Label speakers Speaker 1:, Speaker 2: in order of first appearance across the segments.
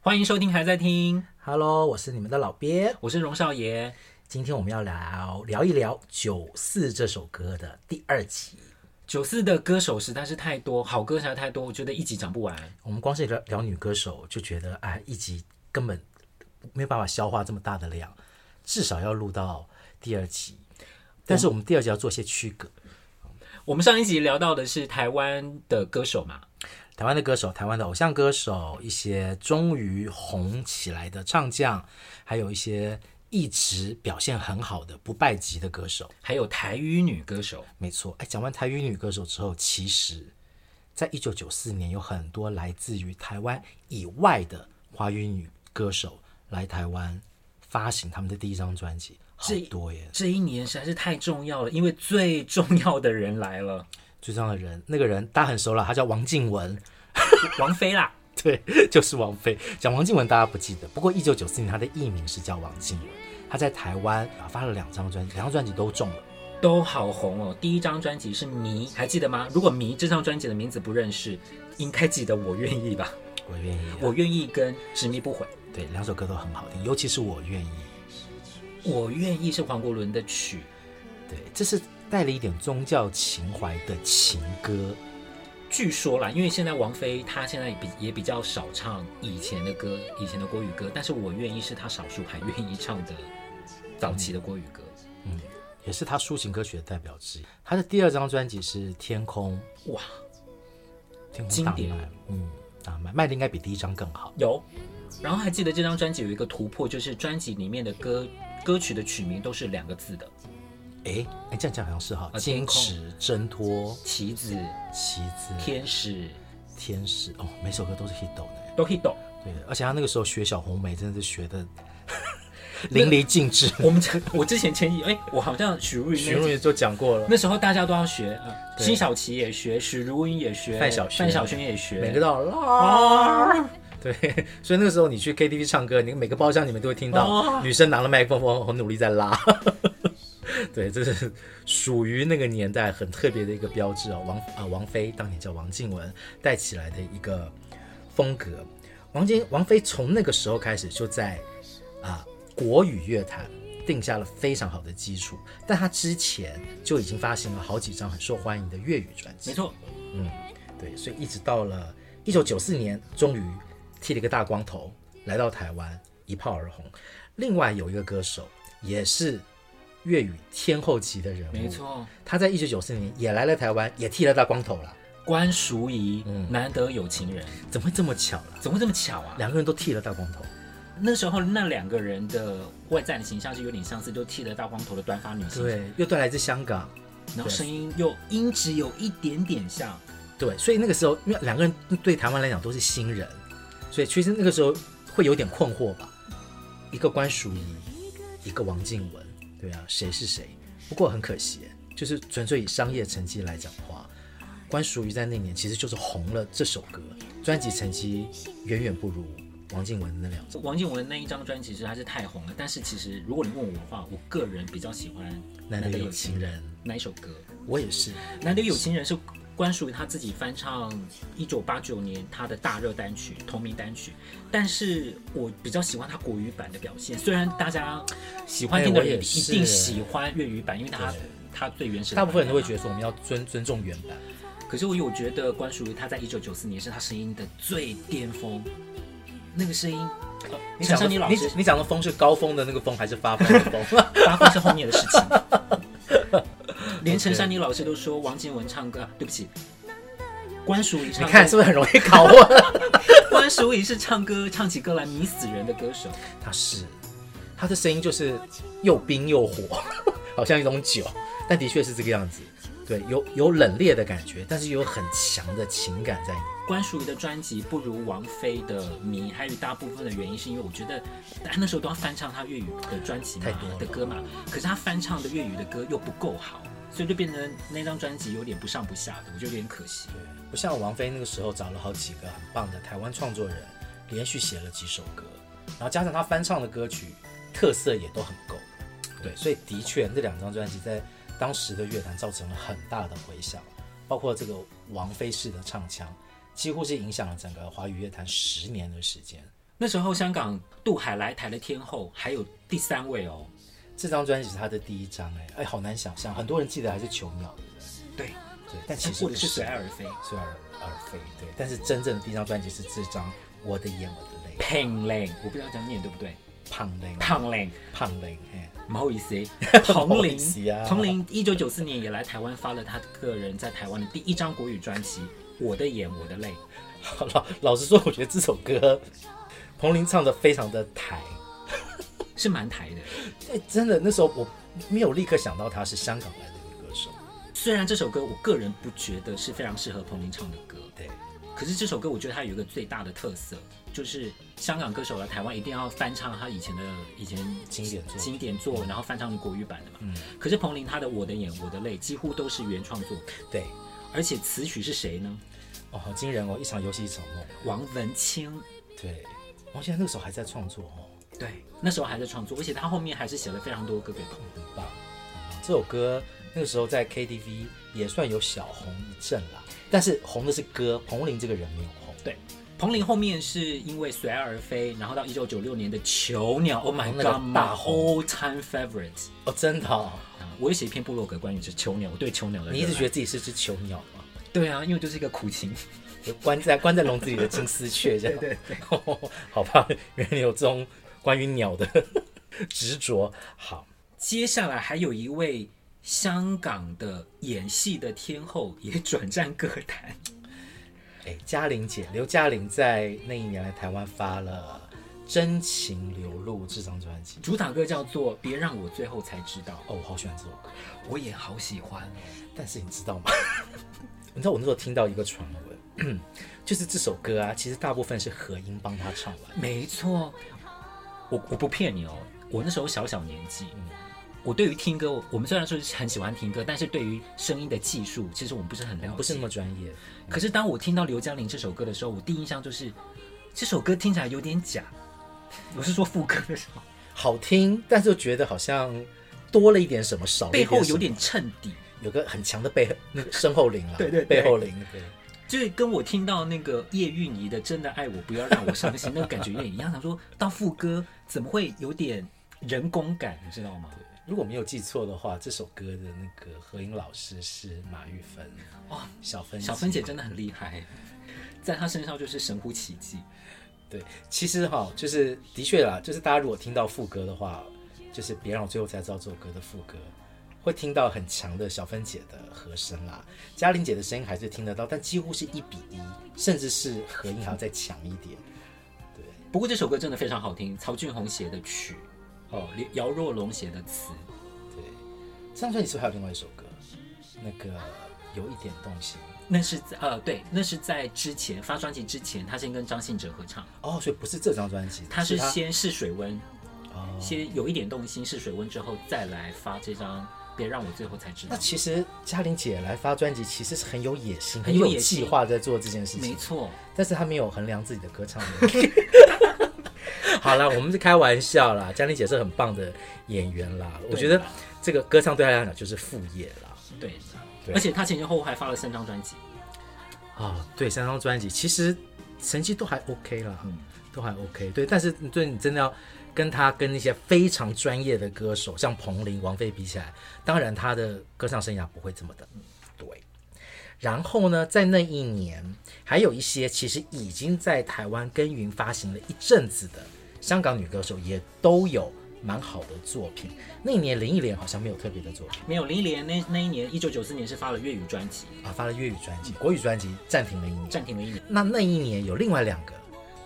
Speaker 1: 欢迎收听，还在听，
Speaker 2: Hello，我是你们的老鳖。
Speaker 1: 我是荣少爷。
Speaker 2: 今天我们要聊聊一聊《九四》这首歌的第二集。
Speaker 1: 九四的歌手实在是太多，好歌实在太多，我觉得一集讲不完。
Speaker 2: 我们光是聊聊女歌手，就觉得哎，一集根本没有办法消化这么大的量，至少要录到第二集。但是我们第二集要做些区隔。
Speaker 1: 我们上一集聊到的是台湾的歌手嘛，
Speaker 2: 台湾的歌手、台湾的偶像歌手，一些终于红起来的唱将，还有一些一直表现很好的不败级的歌手。
Speaker 1: 还有台语女歌手，
Speaker 2: 没错，哎，讲完台语女歌手之后，其实，在一九九四年，有很多来自于台湾以外的华语女歌手来台湾发行他们的第一张专辑，好
Speaker 1: 这
Speaker 2: 多耶！
Speaker 1: 这一年实在是太重要了，因为最重要的人来了，
Speaker 2: 最重要的人，那个人大家很熟了，他叫王静雯，
Speaker 1: 王菲啦。
Speaker 2: 对， 就是王菲。讲王静雯大家不记得，不过一九九四年她的艺名是叫王静雯，她在台湾啊发了两张专辑，两张专辑都中了。
Speaker 1: 都好红哦！第一张专辑是《迷》，还记得吗？如果《迷》这张专辑的名字不认识，应该记得《我愿意》吧？
Speaker 2: 我愿意啊，
Speaker 1: 我愿意跟执迷不悔。
Speaker 2: 对两首歌都很好听，尤其是我愿意。
Speaker 1: 我愿意是黄国伦的曲，
Speaker 2: 对，这是带了一点宗教情怀的情歌，
Speaker 1: 据说啦，因为现在王菲她现在也比也比较少唱以前的歌，以前的国语歌，但是我愿意是她少数还愿意唱的早期的国语歌。
Speaker 2: 也是他抒情歌曲的代表之一。他的第二张专辑是《天空
Speaker 1: 哇，》，
Speaker 2: 天空
Speaker 1: 经
Speaker 2: 大
Speaker 1: 典
Speaker 2: 卖，嗯，大卖卖的应该比第一张更好。
Speaker 1: 有。然后还记得这张专辑有一个突破，就是专辑里面的歌歌曲的曲名都是两个字的，
Speaker 2: 诶，哎，这样讲好像是哈，
Speaker 1: 啊天
Speaker 2: 坚
Speaker 1: 空
Speaker 2: 持、挣脱、
Speaker 1: 棋子、
Speaker 2: 棋子、
Speaker 1: 天使、
Speaker 2: 天使，哦，每首歌都是 hit 呢。
Speaker 1: 都 hit 懂。
Speaker 2: 对，而且他那个时候学小红梅，真的是学的 淋漓尽致。
Speaker 1: 我们这我之前前几哎、我好像许茹芸那
Speaker 2: 徐若瑄就讲过了，
Speaker 1: 那时候大家都要学，呃
Speaker 2: 对
Speaker 1: 辛晓琪也学，许茹芸也学，
Speaker 2: 范晓萱
Speaker 1: 范晓萱也学，
Speaker 2: 每个都要啦。啊 对，所以那个时候你去 KTV 唱歌，你每个包厢里面都会听到
Speaker 1: 哦
Speaker 2: 女生拿了麦克风，很努力在拉。 对，这是属于那个年代很特别的一个标志哦。王啊、王菲当年叫王静雯带起来的一个风格。王静王菲从那个时候开始就在啊、国语乐坛定下了非常好的基础，但她之前就已经发行了好几张很受欢迎的粤语专辑
Speaker 1: 没。错，
Speaker 2: 嗯，对，所以一直到了一九九四年，终于剃了一个大光头，来到台湾一炮而红。另外有一个歌手也是粤语天后级的人物，
Speaker 1: 没，错。
Speaker 2: 他在一九九四年也来了台湾，也剃了大光头了，
Speaker 1: 关淑怡，
Speaker 2: 嗯
Speaker 1: 难得有情人，
Speaker 2: 怎么会这么巧啦？
Speaker 1: 怎么会这么巧啊？
Speaker 2: 两个人都剃了大光头，
Speaker 1: 那时候那两个人的外在的形象是有点相似，都剃了大光头的短发女性，
Speaker 2: 对，又都来自香港，
Speaker 1: 然后
Speaker 2: 对
Speaker 1: 声音又音质有一点点像，
Speaker 2: 对，所以那个时候，因为两个人对台湾来讲都是新人，所以其实那个时候会有点困惑吧。一个关淑怡，一个王静雯，对啊，谁是谁？不过很可惜，就是纯粹以商业成绩来讲的话，关淑怡在那年其实就是红了这首歌，专辑成绩远远不如王静雯的那两张
Speaker 1: 王静雯那一张专辑其实还是太红了，但是其实如果你问我的话，我个人比较喜欢
Speaker 2: 《难得有情人》。
Speaker 1: 那一首歌，
Speaker 2: 我也是，
Speaker 1: 《难得有情人》是关淑怡她自己翻唱一九八九年她的大热单曲同名单曲，但是我比较喜欢她国语版的表现。虽然大家喜欢听的
Speaker 2: 哎我也
Speaker 1: 人一定
Speaker 2: 是
Speaker 1: 喜欢粤语版，因为它
Speaker 2: 对
Speaker 1: 它最原始的版本啊。
Speaker 2: 大部分人都会觉得说我们要尊尊重原版。
Speaker 1: 可是我有觉得关淑怡她在一九九四年是她声音的最巅峰，那个声音，呃
Speaker 2: 你
Speaker 1: 陈
Speaker 2: 讲的
Speaker 1: 珊妮老
Speaker 2: 你
Speaker 1: 师
Speaker 2: 你讲的风是高峰的那个风，还是发疯的 风？
Speaker 1: 发疯是后面的事情。 连陈珊妮老师都说王静雯唱歌，啊对不起，关淑怡
Speaker 2: 你
Speaker 1: 唱歌，
Speaker 2: 看是不是很容易搞混？
Speaker 1: 关淑怡是唱歌唱起歌来迷死人的歌手，
Speaker 2: 他是，他的声音就是又冰又火， 好像一种酒，但的确是这个样子。对，有有冷冽的感觉，但是又有很强的情感在里面。
Speaker 1: 关淑怡的专辑不如王菲的迷，还有一大部分的原因是因为我觉得她那时候都要翻唱她粤语的专辑嘛
Speaker 2: 太多了
Speaker 1: 的歌嘛，可是她翻唱的粤语的歌又不够好，所以就变成那张专辑有点不上不下的，我觉得有点可惜。
Speaker 2: 不像王菲那个时候找了好几个很棒的台湾创作人，连续写了几首歌，然后加上她翻唱的歌曲特色也都很够。对，所以的确这两张专辑在当时的乐坛造成了很大的回响，包括这个王菲式的唱腔，几乎是影响了整个华语乐坛十年的时间。
Speaker 1: 那时候香港渡海来台的天后还有第三位哦，
Speaker 2: 这张专辑是他的第一张、哎哎，好难想象，很多人记得还是囚鸟，对不对？
Speaker 1: 对，
Speaker 2: 对，但其实
Speaker 1: 或
Speaker 2: 不
Speaker 1: 者是随爱而飞。
Speaker 2: 虽然而非对，但是真正的第一张专辑是这张《我的眼我的泪》，
Speaker 1: 胖玲，我不知道这样念对不对？
Speaker 2: 胖玲
Speaker 1: 胖玲，
Speaker 2: 胖玲，哎，
Speaker 1: 不好意思，
Speaker 2: 不
Speaker 1: 彭
Speaker 2: 好
Speaker 1: 羚
Speaker 2: 意思啊，
Speaker 1: 彭羚一九九四年也来台湾发了她个人在台湾的第一张国语专辑《我的眼我的泪》，
Speaker 2: 好老老实说，我觉得这首歌彭羚唱的非常的台，
Speaker 1: 是蛮台的。
Speaker 2: 哎，真的那时候我没有立刻想到她是香港来的女歌手，
Speaker 1: 虽然这首歌我个人不觉得是非常适合彭羚唱的歌，
Speaker 2: 对，
Speaker 1: 可是这首歌我觉得它有一个最大的特色，就是香港歌手来台湾一定要翻唱他以前的以前
Speaker 2: 经典作
Speaker 1: 经典作，然后翻唱国语版的嘛。
Speaker 2: 嗯，
Speaker 1: 可是彭羚她的《我的眼我的泪》几乎都是原创作，
Speaker 2: 对，
Speaker 1: 而且词曲是谁呢？
Speaker 2: 哦，好惊人哦，一场游戏一场梦，
Speaker 1: 王文清。
Speaker 2: 对，王现在那个时候还在创作哦，
Speaker 1: 对，那时候还在创作，而且他后面还是写了非常多歌给彭羚。
Speaker 2: 很棒，啊这首歌那个时候在 KTV 也算有小红一阵啦，但是红的是歌，彭羚这个人没有红。
Speaker 1: 对，彭羚后面是因为随爱而飞，然后到一九九六年的《囚鸟》，Oh my
Speaker 2: 那个
Speaker 1: God，
Speaker 2: 大
Speaker 1: my
Speaker 2: 红
Speaker 1: all time favorite。
Speaker 2: 哦，真的、哦，
Speaker 1: 啊我有写一篇部落格关于这囚鸟，我对囚鸟的热爱。
Speaker 2: 你一直觉得自己是只囚鸟吗？
Speaker 1: 对啊，因为我就是一个苦情。
Speaker 2: 就关在关在笼子里的金丝雀，这 样。
Speaker 1: 对
Speaker 2: 对， 好吧，原来你有这种关于鸟的执着。好，
Speaker 1: 接下来还有一位香港的演戏的天后也转战歌坛，
Speaker 2: 哎，嘉玲姐，刘嘉玲在那一年来台湾发了《真情流露》这张专辑。
Speaker 1: 主打歌叫做《别让我最后才知道
Speaker 2: 哦，我好喜欢这首歌，》，
Speaker 1: 我也好喜欢。哦
Speaker 2: 但是你知道吗？ 你知道我那时候听到一个传闻， 就是这首歌啊，其实大部分是何英帮她唱完。
Speaker 1: 没错，我我不骗你哦，我那时候小小年纪，嗯我对于听歌，我我们虽然说是很喜欢听歌，但是对于声音的技术，其实我们不是很了解。
Speaker 2: 不是那么专业，
Speaker 1: 可是当我听到刘嘉玲这首歌的时候，我第一印象就是这首歌听起来有点假。我是说副歌的时候，
Speaker 2: 好听，但是又觉得好像多了一点什么，少了一
Speaker 1: 背
Speaker 2: 点
Speaker 1: 后
Speaker 2: 什
Speaker 1: 有
Speaker 2: 么
Speaker 1: 点衬底，
Speaker 2: 有个很强的背那个身后灵了，啊
Speaker 1: 对对对
Speaker 2: 背后灵，对，
Speaker 1: 就是跟我听到那个叶玉仪的《真的爱我不要让我伤心》那个感觉有点一样。想说到副歌怎么会有点人工感，你知道吗？
Speaker 2: 如果没有记错的话，这首歌的那个合音老师是马玉芬，
Speaker 1: 哇，
Speaker 2: 小芬，
Speaker 1: 哦小芬姐
Speaker 2: 的
Speaker 1: 真的很厉害，在她身上就是神乎其技。
Speaker 2: 对。其实哈，就是的确啦，就是大家如果听到副歌的话，就是别让我最后才知道这首歌的副歌，会听到很强的小芬姐的和声啦，嘉玲姐的声音还是听得到，但几乎是一比一，甚至是合音还要再强一点。
Speaker 1: 不过这首歌真的非常好听，曹俊宏写的曲，哦，姚若龙写的词，
Speaker 2: 对，这张专辑是不是还有另外一首歌？那个有一点动心。
Speaker 1: 那是在呃对，那是在之前发专辑之前，他先跟张信哲合唱，
Speaker 2: 哦，所以不是这张专辑，
Speaker 1: 他是
Speaker 2: 他
Speaker 1: 先试水温，
Speaker 2: 哦。
Speaker 1: 先有一点动心试水温之后，再来发这张。别让我最后才知
Speaker 2: 那
Speaker 1: 道，
Speaker 2: 其实嘉玲姐来发专辑，其实是很有野心、
Speaker 1: 很
Speaker 2: 很
Speaker 1: 有
Speaker 2: 有
Speaker 1: 野心
Speaker 2: 计划在做这件事
Speaker 1: 没
Speaker 2: 情，
Speaker 1: 错，
Speaker 2: 但是她没有衡量自己的歌唱能力。好啦，我们是开玩笑啦，嘉玲姐是很棒的演员啦，我觉得
Speaker 1: 啦
Speaker 2: 这个歌唱对她来讲就是副业啦。
Speaker 1: 对，
Speaker 2: 对
Speaker 1: 而且他前前后后还发了三张专辑，
Speaker 2: 啊，对，三张专辑其实成绩都还 OK 啦，
Speaker 1: 嗯
Speaker 2: 都还 OK。对，但是对你真的要跟他跟那些非常专业的歌手，像彭羚、王菲比起来，当然他的歌唱生涯不会这么的对。然后呢，在那一年，还有一些其实已经在台湾耕耘发行了一阵子的香港女歌手，也都有蛮好的作品。那一年林忆莲好像没有特别的作品
Speaker 1: 没有林忆莲那那一年一九九四年是发了粤语专辑，
Speaker 2: 啊，发了粤语专辑，国语专辑暂停了一年。
Speaker 1: 暂停了一年，
Speaker 2: 那那一年有另外两个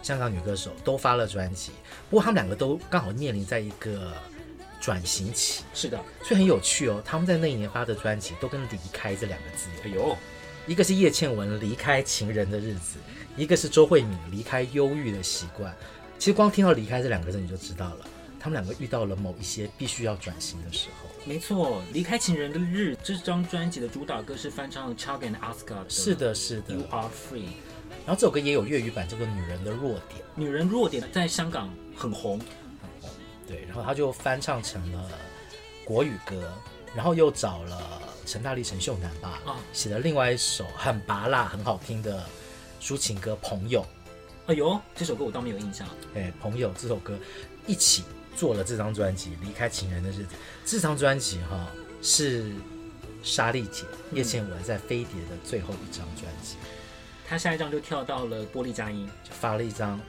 Speaker 2: 香港女歌手都发了专辑，不过她们两个都刚好面临在一个转型期，
Speaker 1: 是的，
Speaker 2: 所以很有趣哦。她们在那一年发的专辑都跟“离开”这两个字有
Speaker 1: 哎呦，
Speaker 2: 一个是叶倩文离开情人的日子，一个是周慧敏离开忧郁的习惯。其实光听到“离开”这两个字，你就知道了，她们两个遇到了某一些必须要转型的时候。
Speaker 1: 没错，《离开情人的日》这张专辑的主打歌是翻唱 Chag and Oscar 的，
Speaker 2: 是的，是的
Speaker 1: ，You。Are Free。
Speaker 2: 然后这首歌也有粤语版，叫做《女人的弱点》。
Speaker 1: 女人弱点在香港很红，
Speaker 2: 对，然后他就翻唱成了国语歌，然后又找了陈大力、陈秀楠吧，
Speaker 1: 啊
Speaker 2: 写了另外一首很拔辣、很好听的抒情歌《朋友》，
Speaker 1: 哎呦，这首歌我倒没有印象。
Speaker 2: 哎，朋友这首歌一起做了这张专辑《离开情人的日子》。这张专辑哈、是莎莉姐叶倩文在飞碟的最后一张专辑，
Speaker 1: 他下一张就跳到了玻璃佳音，
Speaker 2: 就发了一张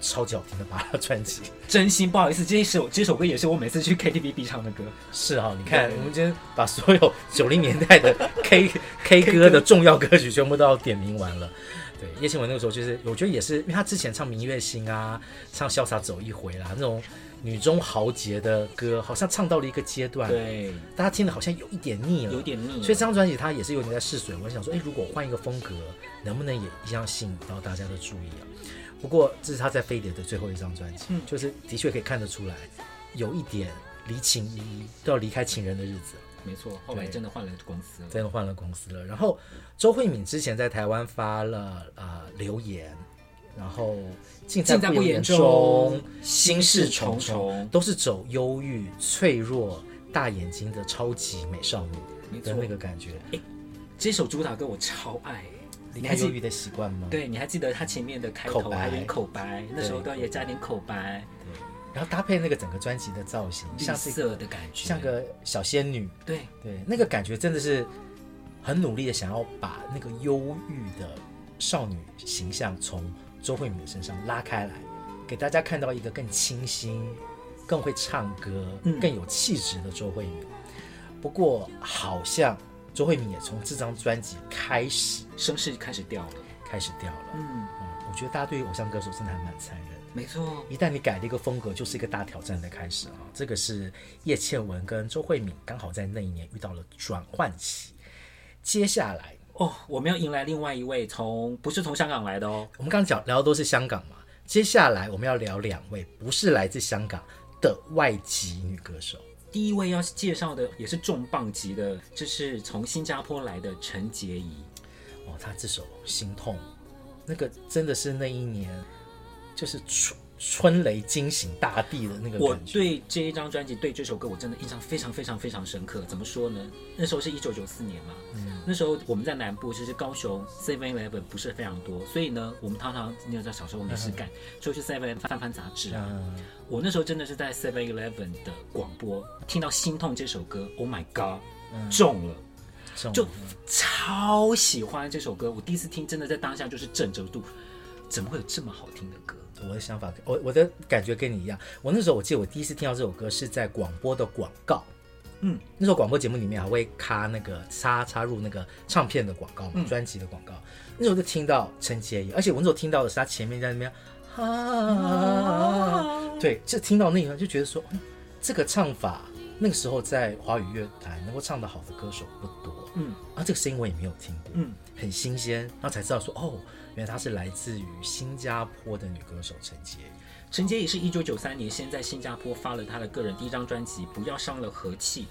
Speaker 2: 超级好听的巴拉专辑。
Speaker 1: 真心不好意思，这一首这首歌也是我每次去 KTV 必唱的歌。
Speaker 2: 是哈、你看
Speaker 1: 对
Speaker 2: 我们今天把所有九零年代的 K K 歌的重要歌曲全部都要点名完了。对，叶倩文那个时候就是，我觉得也是，因为她之前唱《明月心》啊，唱《潇洒走一回》啦，那种女中豪杰的歌，好像唱到了一个阶段，
Speaker 1: 对，
Speaker 2: 大家听的好像有一点腻了，
Speaker 1: 有点腻了。
Speaker 2: 所以这张专辑它也是有点在试水，我想说，哎，如果换一个风格，能不能也一样吸引到大家的注意啊？不过这是他在飞碟的最后一张专辑，
Speaker 1: 嗯
Speaker 2: 就是的确可以看得出来，有一点离情依依，都要离开情人的日子了，
Speaker 1: 没错，后来真的换了公司了。
Speaker 2: 真的换了公司了。然后周慧敏之前在台湾发了呃留言，然后尽
Speaker 1: 尽
Speaker 2: 在
Speaker 1: 在
Speaker 2: 不
Speaker 1: 不
Speaker 2: 言
Speaker 1: 言
Speaker 2: 中
Speaker 1: 中，
Speaker 2: 心事重
Speaker 1: 心事重
Speaker 2: 重
Speaker 1: 重，
Speaker 2: 都是走忧郁、脆弱、大眼睛的超级美少女
Speaker 1: 没
Speaker 2: 的
Speaker 1: 错
Speaker 2: 那个感觉。
Speaker 1: 这首主打歌我超爱，你
Speaker 2: 离开
Speaker 1: 还记
Speaker 2: 忧郁的习惯吗？。
Speaker 1: 对，你还记得它前面的开头啊
Speaker 2: 口白
Speaker 1: 还有点口白，那时候都也加点口白，
Speaker 2: 然后搭配那个整个专辑的造型，
Speaker 1: 绿
Speaker 2: 像是一个
Speaker 1: 色的感觉，
Speaker 2: 像个小仙女，
Speaker 1: 对
Speaker 2: 对，那个感觉真的是很努力的想要把那个忧郁的少女形象从周慧敏的身上拉开来，给大家看到一个更清新、更会唱歌、
Speaker 1: 嗯
Speaker 2: 更有气质的周慧敏。不过，好像周慧敏也从这张专辑开始
Speaker 1: 声势开始掉了。
Speaker 2: 开始掉了。
Speaker 1: 嗯，
Speaker 2: 嗯，我觉得大家对于偶像歌手真的还蛮残忍的。
Speaker 1: 没错，
Speaker 2: 一旦你改了一个风格，就是一个大挑战的开始啊！这个是叶倩文跟周慧敏刚好在那一年遇到了转换期。接下来，
Speaker 1: 哦，我们要迎来另外一位从不是从香港来的哦，
Speaker 2: 我们刚刚讲聊的都是香港嘛，接下来我们要聊两位不是来自香港的外籍女歌手。
Speaker 1: 第一位要介绍的也是重磅级的，就是从新加坡来的陈洁仪。
Speaker 2: 哦，她这首《心痛》，那个真的是那一年，就是春春雷惊醒大地的那个
Speaker 1: 我
Speaker 2: 感觉。
Speaker 1: 对这一张专辑，对这首歌，我真的印象非常非常非常深刻。怎么说呢？那时候是一九九四年嘛，
Speaker 2: 嗯
Speaker 1: 那时候我们在南部，其实高雄 Seven Eleven 不是非常多，所以呢，我们常常你也知道，小时候没事干，就去 Seven 翻翻杂志啊。
Speaker 2: 嗯，
Speaker 1: 我那时候真的是在 Seven Eleven 的广播听到《心痛》这首歌，Oh my God，中
Speaker 2: 嗯
Speaker 1: 了。
Speaker 2: 这
Speaker 1: 就
Speaker 2: 种
Speaker 1: 超喜欢这首歌。我第一次听，真的在当下就是震折度，怎么会有这么好听的歌？
Speaker 2: 我的想法，我我的感觉跟你一样。我那时候我记得我第一次听到这首歌是在广播的广告，
Speaker 1: 嗯，
Speaker 2: 那时候广播节目里面还会卡那个插插入那个唱片的广告嘛，专辑的广告。那时候就听到陈洁仪，而且我那时候听到的是她前面在那边
Speaker 1: 嗯
Speaker 2: 啊，对，就听到那个就觉得说、嗯这个唱法，那个时候在华语乐坛能够唱得好的歌手不多，
Speaker 1: 嗯
Speaker 2: 啊，这个声音我也没有听过，
Speaker 1: 嗯，
Speaker 2: 很新鲜，然后才知道说哦，原来她是来自于新加坡的女歌手陈洁仪。
Speaker 1: 陈洁仪是一九九三年先在新加坡发了她的个人第一张专辑《不要伤了和气》，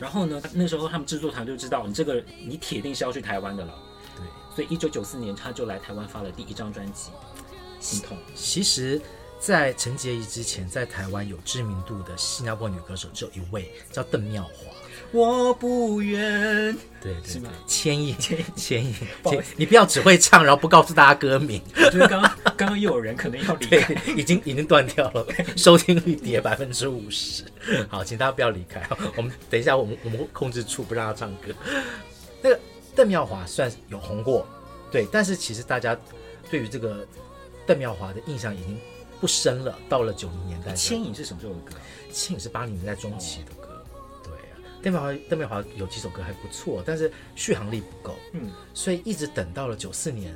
Speaker 1: 然后呢，那时候他们制作团就知道你这个你铁定是要去台湾的了，
Speaker 2: 对，
Speaker 1: 所以一九九四年他就来台湾发了第一张专辑《心痛》。
Speaker 2: 其实，在陈洁仪之前，在台湾有知名度的新加坡女歌手只有一位，叫邓妙华。
Speaker 1: 我不愿，
Speaker 2: 对对
Speaker 1: 是吗
Speaker 2: 千亿，千亿，千亿
Speaker 1: 不好意思，
Speaker 2: 你不要只会唱，然后不告诉大家歌名，
Speaker 1: 我觉得刚刚刚刚又有人可能要离
Speaker 2: 对
Speaker 1: 开。，
Speaker 2: 已经已经断掉了，收听率跌百分之五十。好，请大家不要离开，我们等一下，我们我们会控制处不让她唱歌。那个邓妙华算是有红过，对，但是其实大家对于这个邓妙华的印象已经不深了，到了九零年代的
Speaker 1: 牵引是什么时候的歌？啊
Speaker 2: 庆也是八零年代中期的歌，对啊，邓美华邓美华有几首歌还不错，但是续航力不够，
Speaker 1: 嗯，
Speaker 2: 所以一直等到了九四年，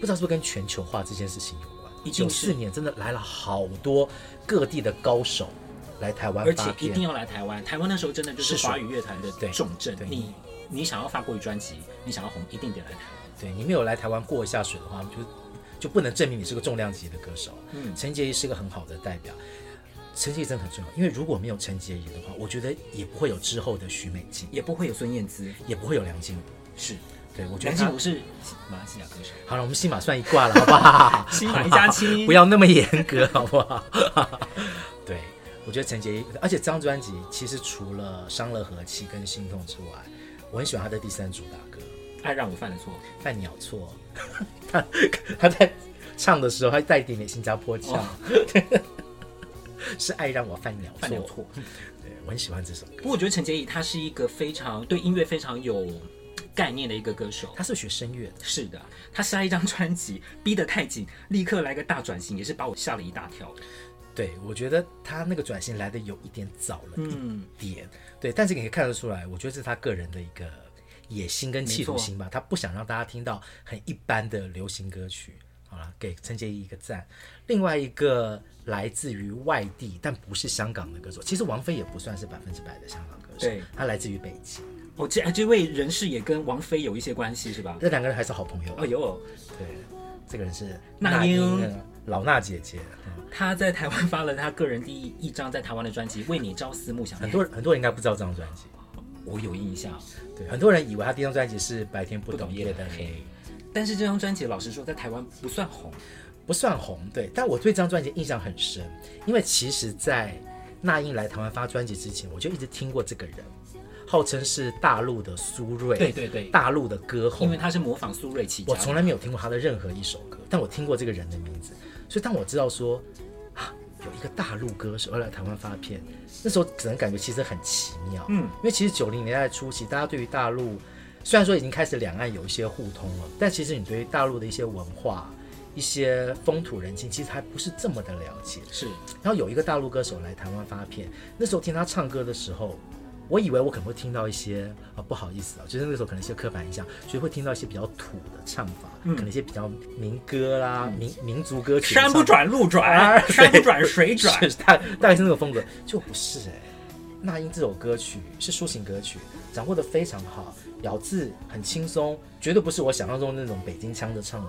Speaker 2: 不知道是不是跟全球化这件事情有关。
Speaker 1: 一
Speaker 2: 九
Speaker 1: 定
Speaker 2: 四
Speaker 1: 是
Speaker 2: 年真的来了好多各地的高手来台湾
Speaker 1: 而且
Speaker 2: 发
Speaker 1: 一定
Speaker 2: 片，
Speaker 1: 要来台湾。台湾那时候真的就是
Speaker 2: 是
Speaker 1: 华语乐坛的
Speaker 2: 对
Speaker 1: 重镇
Speaker 2: 对。
Speaker 1: 你你想要发国语专辑，你想要红，一定得来台湾。
Speaker 2: 对你没有来台湾过一下水的话，就就不能证明你是个重量级的歌手。
Speaker 1: 嗯
Speaker 2: 陈洁仪是个很好的代表。陈洁仪真的很重要，因为如果没有陈洁仪的话，我觉得也不会有之后的许美静，
Speaker 1: 也不会有孙燕姿。
Speaker 2: 也不会有梁静茹。
Speaker 1: 是，
Speaker 2: 对我觉
Speaker 1: 梁
Speaker 2: 得
Speaker 1: 静
Speaker 2: 她
Speaker 1: 茹是马来西亚歌手。
Speaker 2: 好了，我们戏码算一卦了，好 不好？
Speaker 1: 戏码一家亲
Speaker 2: 不要那么严格，好不好？对，我觉得陈洁仪，而且这张专辑其实除了《伤了和气》跟《心痛》之外，我很喜欢她的第三主打歌
Speaker 1: 爱让我犯了错，
Speaker 2: 《犯鸟错》，她她在。唱的时候，他带一点点新加坡腔，
Speaker 1: 哦
Speaker 2: 是爱让我犯了
Speaker 1: 犯
Speaker 2: 错。
Speaker 1: 点错。
Speaker 2: 对，我很喜欢这首歌。
Speaker 1: 不过我觉得陈洁仪她是一个非常对音乐非常有概念的一个歌手。
Speaker 2: 他是学声乐的，
Speaker 1: 是的，她下一张 专辑逼得太紧，立刻来个大转型，也是把我吓了一大跳。
Speaker 2: 对我觉得他那个转型来的有一点早了
Speaker 1: 嗯，
Speaker 2: 一点，对，但是你可以看得出来，我觉得这是他个人的一个野心跟企图心吧，他不想让大家听到很一般的流行歌曲。好了，给陈洁仪一个赞。另外一个来自于外地，但不是香港的歌手。其实王菲也不算是百分之百的香港歌手
Speaker 1: 对，
Speaker 2: 她来自于北京。
Speaker 1: 哦，这这位人士也跟王菲有一些关系是吧？
Speaker 2: 这两个人还是好朋友。
Speaker 1: 哦哟，
Speaker 2: 对，这个人是
Speaker 1: 那英
Speaker 2: 啊老衲姐姐。嗯
Speaker 1: 她在台湾发了她个人第一一张在台湾的专辑《为你朝思暮想》，
Speaker 2: 很多人很多人应该不知道这张专辑，
Speaker 1: 我有印象。
Speaker 2: 对，很多人以为他第一张专辑是《白天不懂
Speaker 1: 懂
Speaker 2: 夜
Speaker 1: 夜
Speaker 2: 的
Speaker 1: 的
Speaker 2: 黑》，
Speaker 1: 但是这张专辑老实说，在台湾不算红。
Speaker 2: 不算红，对，但我对这张专辑印象很深，因为其实，在那英来台湾发专辑之前，我就一直听过这个人，号称是大陆的苏芮，
Speaker 1: 对对对
Speaker 2: 大陆的歌后
Speaker 1: 因，为她是模仿苏芮起家
Speaker 2: 我
Speaker 1: 的。
Speaker 2: 从来没有听过他的任何一首歌，但我听过这个人的名字，所以当我知道说啊，有一个大陆歌手要来台湾发片，那时候只能感觉其实很奇妙，
Speaker 1: 嗯
Speaker 2: 因为其实九零年代初期，大家对于大陆虽然说已经开始两岸有一些互通了，但其实你对于大陆的一些文化、一些风土人情，其实还不是这么的了解。
Speaker 1: 是
Speaker 2: 然后有一个大陆歌手来台湾发片，那时候听他唱歌的时候，我以为我可能会听到一些啊、不好意思啊，就是那个时候可能一些刻板印象，所以会听到一些比较土的唱法，可能一些比较民歌啦、民民族歌曲的唱
Speaker 1: 山
Speaker 2: 法，
Speaker 1: 不转路
Speaker 2: 啊
Speaker 1: 转，
Speaker 2: 对
Speaker 1: 山不转水转。
Speaker 2: 是大大概是那个风格，就不是哎、那英这首歌曲是抒情歌曲，掌握的非常好，咬字很轻松，绝对不是我想象中那种北京腔的唱法。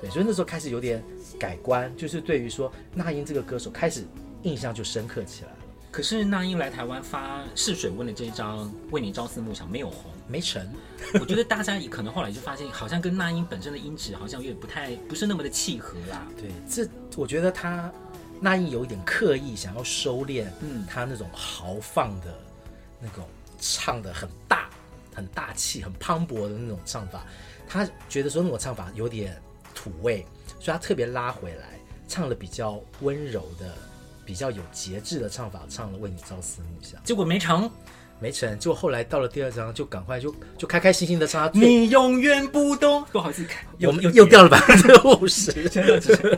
Speaker 2: 对，所以那时候开始有点改观，就是对于说那英这个歌手开始印象就深刻起来了。
Speaker 1: 可是那英来台湾发《试水温》的这一张《为你朝思暮想》没有红，
Speaker 2: 没成，
Speaker 1: 我觉得大家也可能后来就发现，好像跟那英本身的音质好像有点不太不是那么的契合啦。
Speaker 2: 对，这我觉得他那英有一点刻意想要收敛，嗯，他那种豪放的那种唱的很大、很大气、很磅礴的那种唱法，他觉得说那种唱法有点土味，所以他特别拉回来，唱了比较温柔的、比较有节制的唱法，唱了《为你朝思暮想》，
Speaker 1: 结果没成，
Speaker 2: 没成，结果后来到了第二章就赶快就就开开心心的唱他最
Speaker 1: 你永远不懂。不好意思，看
Speaker 2: 我们又又掉了百分之五十，
Speaker 1: 真的只是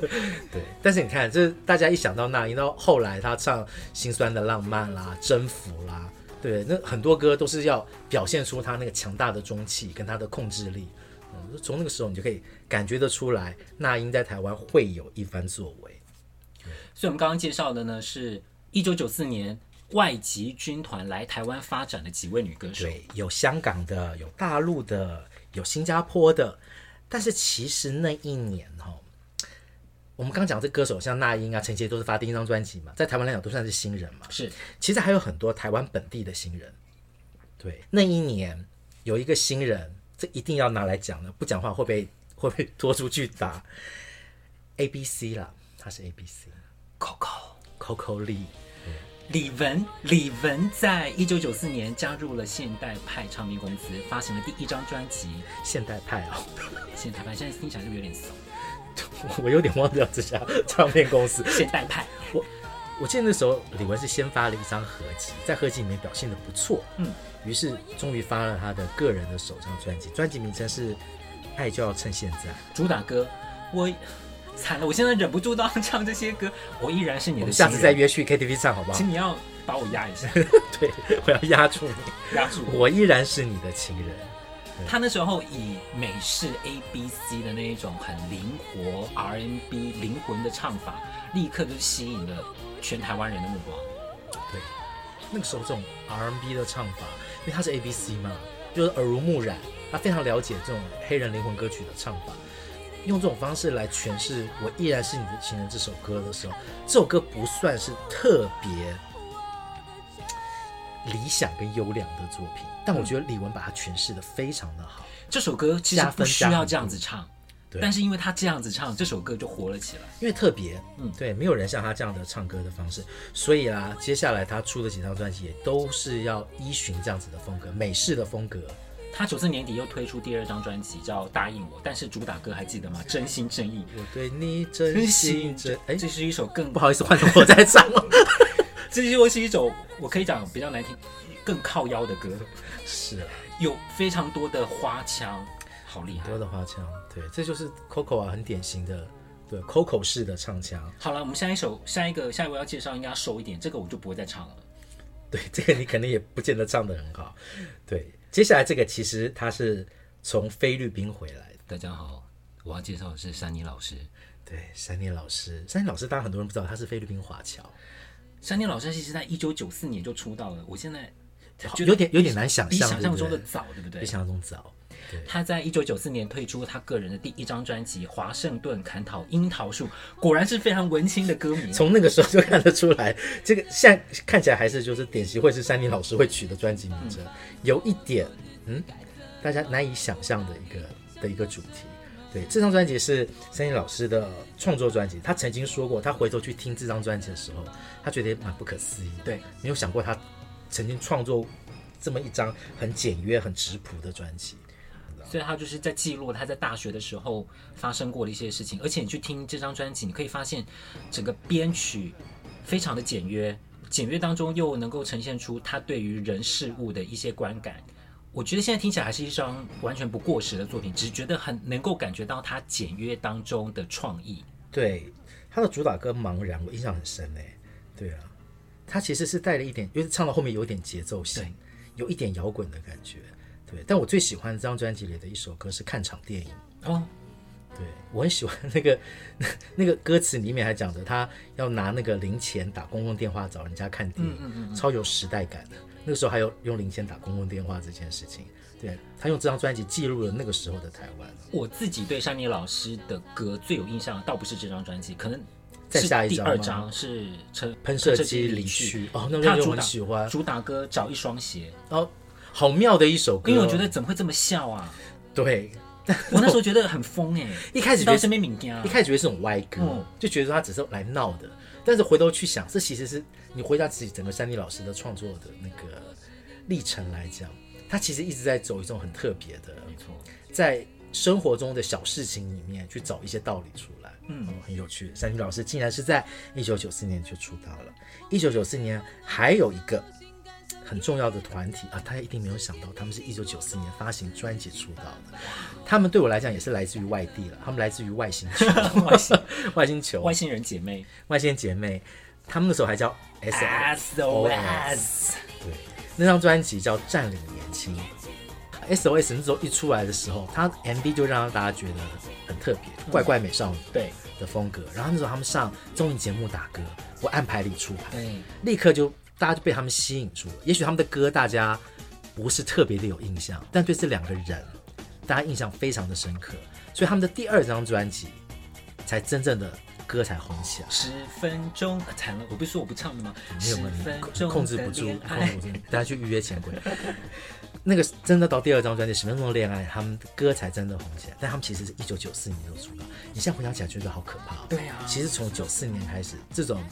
Speaker 2: 对，但是你看，这大家一想到那英，到后来他唱《心酸的浪漫》啦，《征服》啦，对，那很多歌都是要表现出他那个强大的中气跟他的控制力。嗯，从那个时候你就可以感觉得出来，那英在台湾会有一番作为。
Speaker 1: 所以我们刚刚介绍的呢，是一九九四年外籍军团来台湾发展的几位女歌手。
Speaker 2: 对，有香港的，有大陆的，有新加坡的，但是其实那一年哈、哦，我们刚讲这歌手像那英啊、陈洁都是发第一张专辑嘛，在台湾来讲都算是新人嘛。
Speaker 1: 是
Speaker 2: 其实还有很多台湾本地的新人。对，那一年有一个新人，这一定要拿来讲的，不讲话会被会被拖出去打。A B C 啦，他是 A B C，Coco
Speaker 1: Coco。
Speaker 2: Lee，
Speaker 1: 李玟，李玟在一九九四年加入了现代派唱片公司，发行了第一张专辑
Speaker 2: 现代派哦，
Speaker 1: 《现代派》。现在听起来是不是有点 怂？
Speaker 2: 我有点忘掉这家唱片公司。
Speaker 1: 现代派，
Speaker 2: 我记得那时候李玟是先发了一张合集，在合集里面表现的不错，
Speaker 1: 嗯，
Speaker 2: 于是终于发了他的个人的首张专辑，专辑名称是《爱就要趁现在》。
Speaker 1: 主打歌，我惨了，我现在忍不住都要唱这些歌。我依然是你
Speaker 2: 我
Speaker 1: 的
Speaker 2: 们
Speaker 1: 新
Speaker 2: 下
Speaker 1: 人，
Speaker 2: 次再约去 KTV 唱好不好
Speaker 1: 请？你要把我压一 下，
Speaker 2: 对，我要压住你。
Speaker 1: 压住我。
Speaker 2: 我依然是你的情人，
Speaker 1: 他那时候以美式 A B C 的那一种很灵活 R N B 灵魂的唱法，立刻就吸引了全台湾人的目光。
Speaker 2: 对，那个时候这种 R&B 的唱法，因为他是 A B C 嘛，就是耳濡目染，他非常了解这种黑人灵魂歌曲的唱法，用这种方式来诠释《我依然是你的情人》这首歌的时候，这首歌不算是特别理想跟优良的作品，但我觉得李玟把它诠释的非常的好，
Speaker 1: 这首歌其实
Speaker 2: 加分
Speaker 1: 不需
Speaker 2: 加
Speaker 1: 要
Speaker 2: 很
Speaker 1: 这样
Speaker 2: 多
Speaker 1: 子唱，
Speaker 2: 对
Speaker 1: 但是因为他这样子唱，这首歌就火了起来。
Speaker 2: 因为特别，
Speaker 1: 嗯
Speaker 2: 对，没有人像他这样的唱歌的方式，所以啊啦，接下来他出的几张专辑也都是要依循这样子的风格，美式的风格，
Speaker 1: 他九四年底又推出第二张专辑叫《答应我》，但是主打歌还记得吗？真心真意，
Speaker 2: 我对你真心真哎，
Speaker 1: 这是一首更
Speaker 2: 不好意思，换成我在唱了。
Speaker 1: 这是又是一首我可以讲比较难听、更靠腰的歌，
Speaker 2: 是啊，
Speaker 1: 有非常多的花腔，好厉
Speaker 2: 很
Speaker 1: 害
Speaker 2: 多。的花腔，对，这就是 Coco 啊，很典型的对 Coco 式的唱腔。
Speaker 1: 好了，我们下一首、下一个、下一位要介绍应该要瘦一点，这个我就不会再唱了。
Speaker 2: 对，这个你可能也不见得唱得很好。对，接下来这个其实他是从菲律宾回来的。
Speaker 1: 大家好，我要介绍的是珊妮老师。
Speaker 2: 对，山田老师，山田老师，当然很多人不知道他是菲律宾华侨，
Speaker 1: 珊妮老师其实在一九九四年就出道了，我现在
Speaker 2: 好
Speaker 1: 觉得
Speaker 2: 有点有点难想
Speaker 1: 比
Speaker 2: 象，
Speaker 1: 想象中的
Speaker 2: 对不对
Speaker 1: 早，对不对
Speaker 2: 比？想象中早。对，
Speaker 1: 他在一九九四年推出他个人的第一张专辑《华盛顿砍讨樱桃树》，果然是非常文青的歌迷。
Speaker 2: 从那个时候就看得出来，这个现在看起来还是就是典型会是山林老师会取的专辑名称，有一点嗯，大家难以想象的一个的一个主题。对，这张专辑是山林老师的创作专辑，他曾经说过，他回头去听这张专辑的时候，他觉得也蛮不可思议的。
Speaker 1: 对，
Speaker 2: 没有想过他曾经创作这么一张很简约、很直朴的专辑。
Speaker 1: 所以他就是在记录他在大学的时候发生过的一些事情。而且你去听这张专辑，你可以发现整个编曲非常的简约，简约当中又能够呈现出他对于人事物的一些观感。我觉得现在听起来还是一张完全不过时的作品，只是觉得很能够感觉到他简约当中的创意。
Speaker 2: 对，他的主打歌《茫然》，我印象很深哎。对啊，他其实是带了一点，因为唱到后面有一点节奏性
Speaker 1: 对，
Speaker 2: 有一点摇滚的感觉。对，但我最喜欢这张专辑里的一首歌是《看场电影》。
Speaker 1: 哦，
Speaker 2: 对我很喜欢那个 那个歌词里面还讲着他要拿那个零钱打公共电话找人家看电影，
Speaker 1: 嗯
Speaker 2: 超有时代感的。那个时候还有用零钱打公共电话这件事情，对他用这张专辑记录了那个时候的台湾。
Speaker 1: 我自己对山妮老师的歌最有印象，倒不是这张专辑，可能
Speaker 2: 再下一
Speaker 1: 是第
Speaker 2: 张
Speaker 1: 二
Speaker 2: 吗
Speaker 1: 张是《喷
Speaker 2: 喷射机
Speaker 1: 离
Speaker 2: 离去哦那
Speaker 1: 他
Speaker 2: 个我
Speaker 1: 主
Speaker 2: 很
Speaker 1: 打
Speaker 2: 喜欢
Speaker 1: 主打歌《找一双鞋
Speaker 2: 然后好妙的一首》，歌哦，
Speaker 1: 因为我觉得怎么会这么笑啊？
Speaker 2: 对，
Speaker 1: 我那时候觉得很疯哎、
Speaker 2: 一开始觉
Speaker 1: 到
Speaker 2: 得
Speaker 1: 身边敏感啊
Speaker 2: 一，开始觉得是种歪歌，
Speaker 1: 嗯
Speaker 2: 就觉得他只是来闹的。但是回头去想，这其实是你回答自己整个山地老师的创作的那个历程来讲，他其实一直在走一种很特别的，
Speaker 1: 没错，
Speaker 2: 在生活中的小事情里面去找一些道理出来。嗯，很有趣。山地老师竟然是在一九九四年就出道了。一九九四年还有一个很重要的团体啊，大家一定没有想到，他们是一九九四年发行专辑出道的。他们对我来讲也是来自于外地了，他们来自于外星球，外星外星球
Speaker 1: 外星人姐 妹
Speaker 2: 外星姐妹，他们那时候还叫 S
Speaker 1: SOS，
Speaker 2: 对，那张专辑叫《占领年轻》。SOS 那时候一出来的时候，他 MV 就让大家觉得很特别，怪怪美少女
Speaker 1: 对
Speaker 2: 的风格。然后那时候他们上综艺节目打歌，我按牌理出牌，
Speaker 1: 对，
Speaker 2: 立刻就大家就被他们吸引住了。也许他们的歌大家不是特别的有印象，但对这两个人，大家印象非常的深刻。所以他们的第二张专辑才真正的歌才红起来。
Speaker 1: 十分钟啊惨了，我不是说我不唱的吗？
Speaker 2: 没
Speaker 1: 十
Speaker 2: 有没
Speaker 1: 分
Speaker 2: 有
Speaker 1: 钟
Speaker 2: 控控制不住，
Speaker 1: 的恋
Speaker 2: 控
Speaker 1: 爱
Speaker 2: 制不住， 大家去预约钱柜。那个真的到第二张专辑《十分钟的恋爱》，他们的歌才真的红起来，但他们其实是一九九四年就出道。你现在回想起来觉得好可怕、哦。
Speaker 1: 对啊
Speaker 2: 其实从九四年开始，这种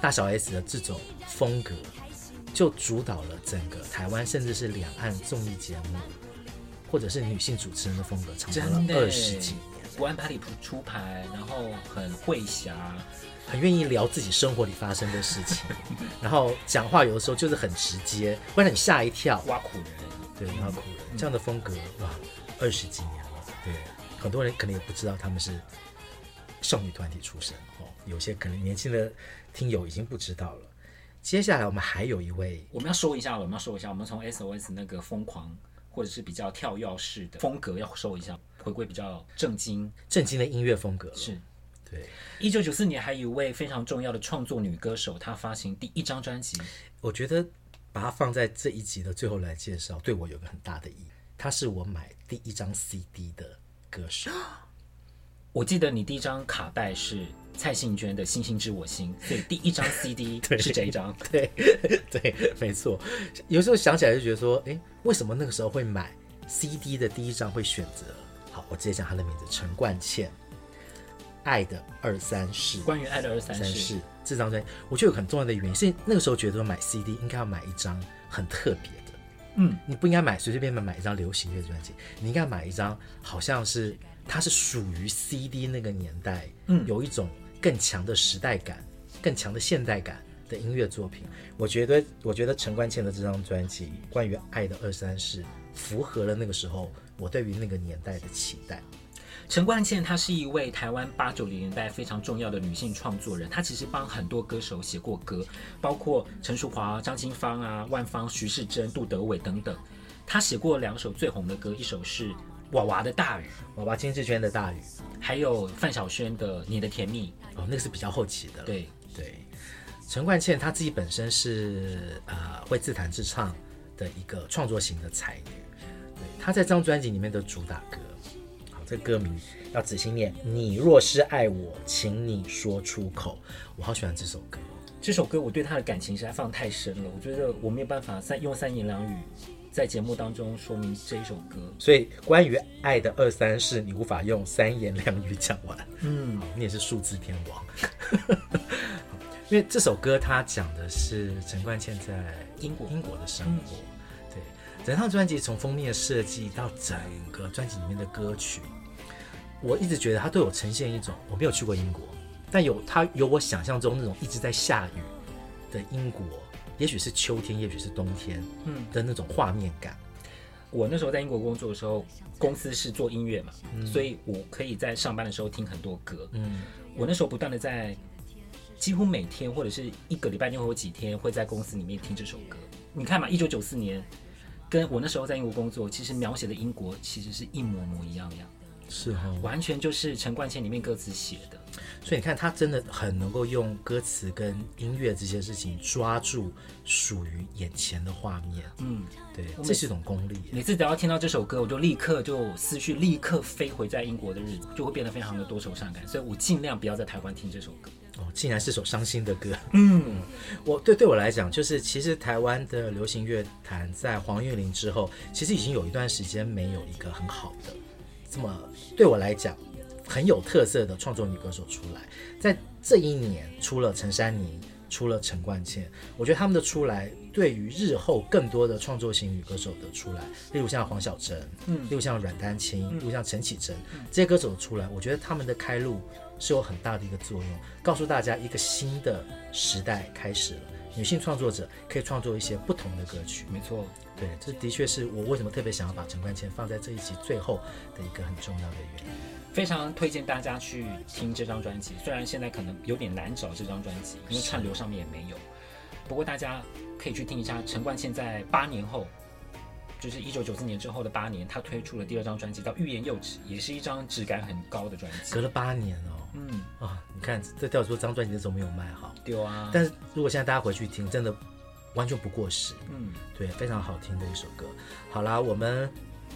Speaker 2: 大小 S 的这种风格就主导了整个台湾，甚至是两岸综艺节目，或者是女性主持人的风格，长
Speaker 1: 真
Speaker 2: 达
Speaker 1: 的
Speaker 2: 了二十几年。
Speaker 1: 不按牌理出牌，然后很会侠，
Speaker 2: 很愿意聊自己生活里发生的事情，然后讲话有的时候就是很直接，会让你吓一跳。
Speaker 1: 挖苦人，
Speaker 2: 对，挖苦人这样的风格，哇，二十几年了，对，很多人可能也不知道他们是少女团体出身哦，有些可能年轻的听友已经不知道了。接下来我们还有一位，
Speaker 1: 我们要收一下了，我们要收一下，我们从 SOS 那个疯狂或者是比较跳跃式的风格要收一下，回归比较正经。
Speaker 2: 震惊的音乐风格了，
Speaker 1: 是，
Speaker 2: 对
Speaker 1: 一九九四年还有一位非常重要的创作女歌手，她发行第一张专辑，
Speaker 2: 我觉得把它放在这一集的最后来介绍，对我有个很大的意义，她是我买第一张 CD 的歌手。
Speaker 1: 我记得你第一张卡带是蔡幸娟的《星星知我心》，所以第一张 CD 是这一张。
Speaker 2: 对对，没错。有时候想起来就觉得说，诶，为什么那个时候会买 CD 的第一张会选择？好，我直接讲他的名字，陈冠茜，《爱的二三事》。
Speaker 1: 关于爱的二三
Speaker 2: 三
Speaker 1: 事，
Speaker 2: 事这张专辑，我觉得有很重要的原因是那个时候觉得买 CD 应该要买一张很特别的，
Speaker 1: 嗯，
Speaker 2: 你不应该买随随便便买一张流行乐专辑，你应该买一张好像是它是属于 CD 那个年代，
Speaker 1: 嗯
Speaker 2: 有一种更强的时代感、更强的现代感的音乐作品。我觉得，我觉得陈冠茜的这张专辑《关于爱的二三事》符合了那个时候我对于那个年代的期待。
Speaker 1: 陈冠茜她是一位台湾八九零年代非常重要的女性创作人，她其实帮很多歌手写过歌，包括陈淑桦、张清芳啊、万芳、徐世珍、杜德伟等等。她写过两首最红的歌，一首是《娃娃的大雨》，
Speaker 2: 娃娃金志娟的《大雨》
Speaker 1: 还有范晓萱的《你的甜蜜
Speaker 2: 哦，那个是比较后期的》。了。
Speaker 1: 对，
Speaker 2: 对，陈冠茜她自己本身是呃会自弹自唱的一个创作型的才女，对，她在这张专辑里面的主打歌，好，这个歌名要仔细念，你若是爱我，请你说出口，我好喜欢这首歌。
Speaker 1: 这首歌我对她的感情实在放太深了，我觉得我没有办法三用三言两语在节目当中说明这一首歌。
Speaker 2: 所以关于爱的二三事，你无法用三言两语讲完。嗯，你也是数字天王。 好因为这首歌它讲的是陈冠茜在
Speaker 1: 英国
Speaker 2: 英国的生活，对整套专辑从封面设计到整个专辑里面的歌曲，我一直觉得它对我呈现一种我没有去过英国，但有它有我想象中那种一直在下雨的英国，也许是秋天，也许是冬天，嗯的那种画面感。
Speaker 1: 我那时候在英国工作的时候，公司是做音乐嘛，所以我可以在上班的时候听很多歌。
Speaker 2: 嗯
Speaker 1: 我那时候不断的在，几乎每天或者是一个礼拜内会有几天会在公司里面听这首歌。你看嘛，一九九四年，跟我那时候在英国工作，其实描写的英国其实是一模模一样样，
Speaker 2: 是哈、
Speaker 1: 完全就是陈冠希里面歌词写的。
Speaker 2: 所以你看，他真的很能够用歌词跟音乐这些事情抓住属于眼前的画面。
Speaker 1: 嗯，
Speaker 2: 对，这是一种功力耶。
Speaker 1: 每次只要听到这首歌，我就立刻就思绪立刻飞回在英国的日子，就会变得非常的多愁善感。所以我尽量不要在台湾听这首歌。
Speaker 2: 哦，竟然是首伤心的歌。嗯，我对对我来讲，就是其实台湾的流行乐坛在黄韵玲之后，其实已经有一段时间没有一个很好的这么对我来讲很有特色的创作女歌手出来。在这一年，出了陈珊妮，出了陈冠茜，我觉得他们的出来，对于日后更多的创作型女歌手的出来，例如像黄小珍，嗯，例如像阮丹青，例如像陈绮贞、这些歌手的出来，我觉得他们的开路是有很大的一个作用，告诉大家一个新的时代开始了。女性创作者可以创作一些不同的歌曲，
Speaker 1: 没错，
Speaker 2: 对，这的确是我为什么特别想要把陈冠茜放在这一集最后的一个很重要的原因。
Speaker 1: 非常推荐大家去听这张专辑，虽然现在可能有点难找这张专辑，因为串流上面也没有。不过大家可以去听一下陈冠希在八年后，就是一九九四年之后的八年，他推出了第二张专辑叫《欲言又止》，也是一张质感很高的专辑
Speaker 2: 隔。了八年哦，
Speaker 1: 嗯，
Speaker 2: 啊，你看这代表说张专辑那时候没有卖好，
Speaker 1: 对啊，
Speaker 2: 但是如果现在大家回去听，真的完全不过时，
Speaker 1: 嗯，
Speaker 2: 对，非常好听的一首歌。好啦，我们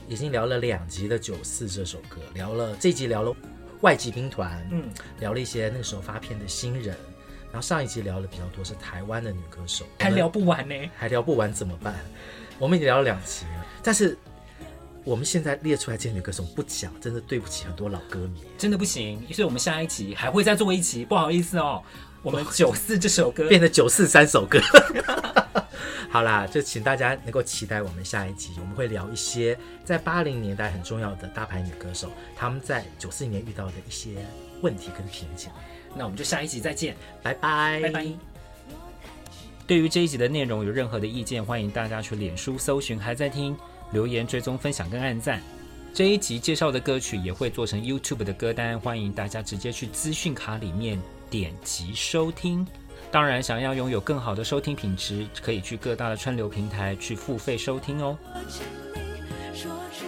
Speaker 2: 已经聊了两集的《九四》这首歌，聊了这集聊了外籍兵团，
Speaker 1: 嗯，
Speaker 2: 聊了一些那个时候发片的新人，然后上一集聊了比较多是台湾的女歌手，
Speaker 1: 还聊不完呢。
Speaker 2: 还聊不完怎么办？我们已经聊了两集了，但是我们现在列出来这些女歌手不讲，真的对不起很多老歌迷。
Speaker 1: 真的不行，所以我们下一期还会再做一期，不好意思哦。我们九四这首歌，
Speaker 2: 变成九四三首歌。 好啦，就请大家能够期待我们下一集，我们会聊一些在八零年代很重要的大牌女歌手，她们在九四年遇到的一些问题跟瓶颈。
Speaker 1: 那我们就下一集再见。
Speaker 2: 拜拜，
Speaker 1: 拜拜。对于这一集的内容有任何的意见，欢迎大家去脸书搜寻“还在听”，留言追踪、分享跟按赞。这一集介绍的歌曲也会做成 YouTube 的歌单，欢迎大家直接去资讯卡里面点击收听。当然，想要拥有更好的收听品质，可以去各大的串流平台去付费收听哦。
Speaker 3: 我请你说出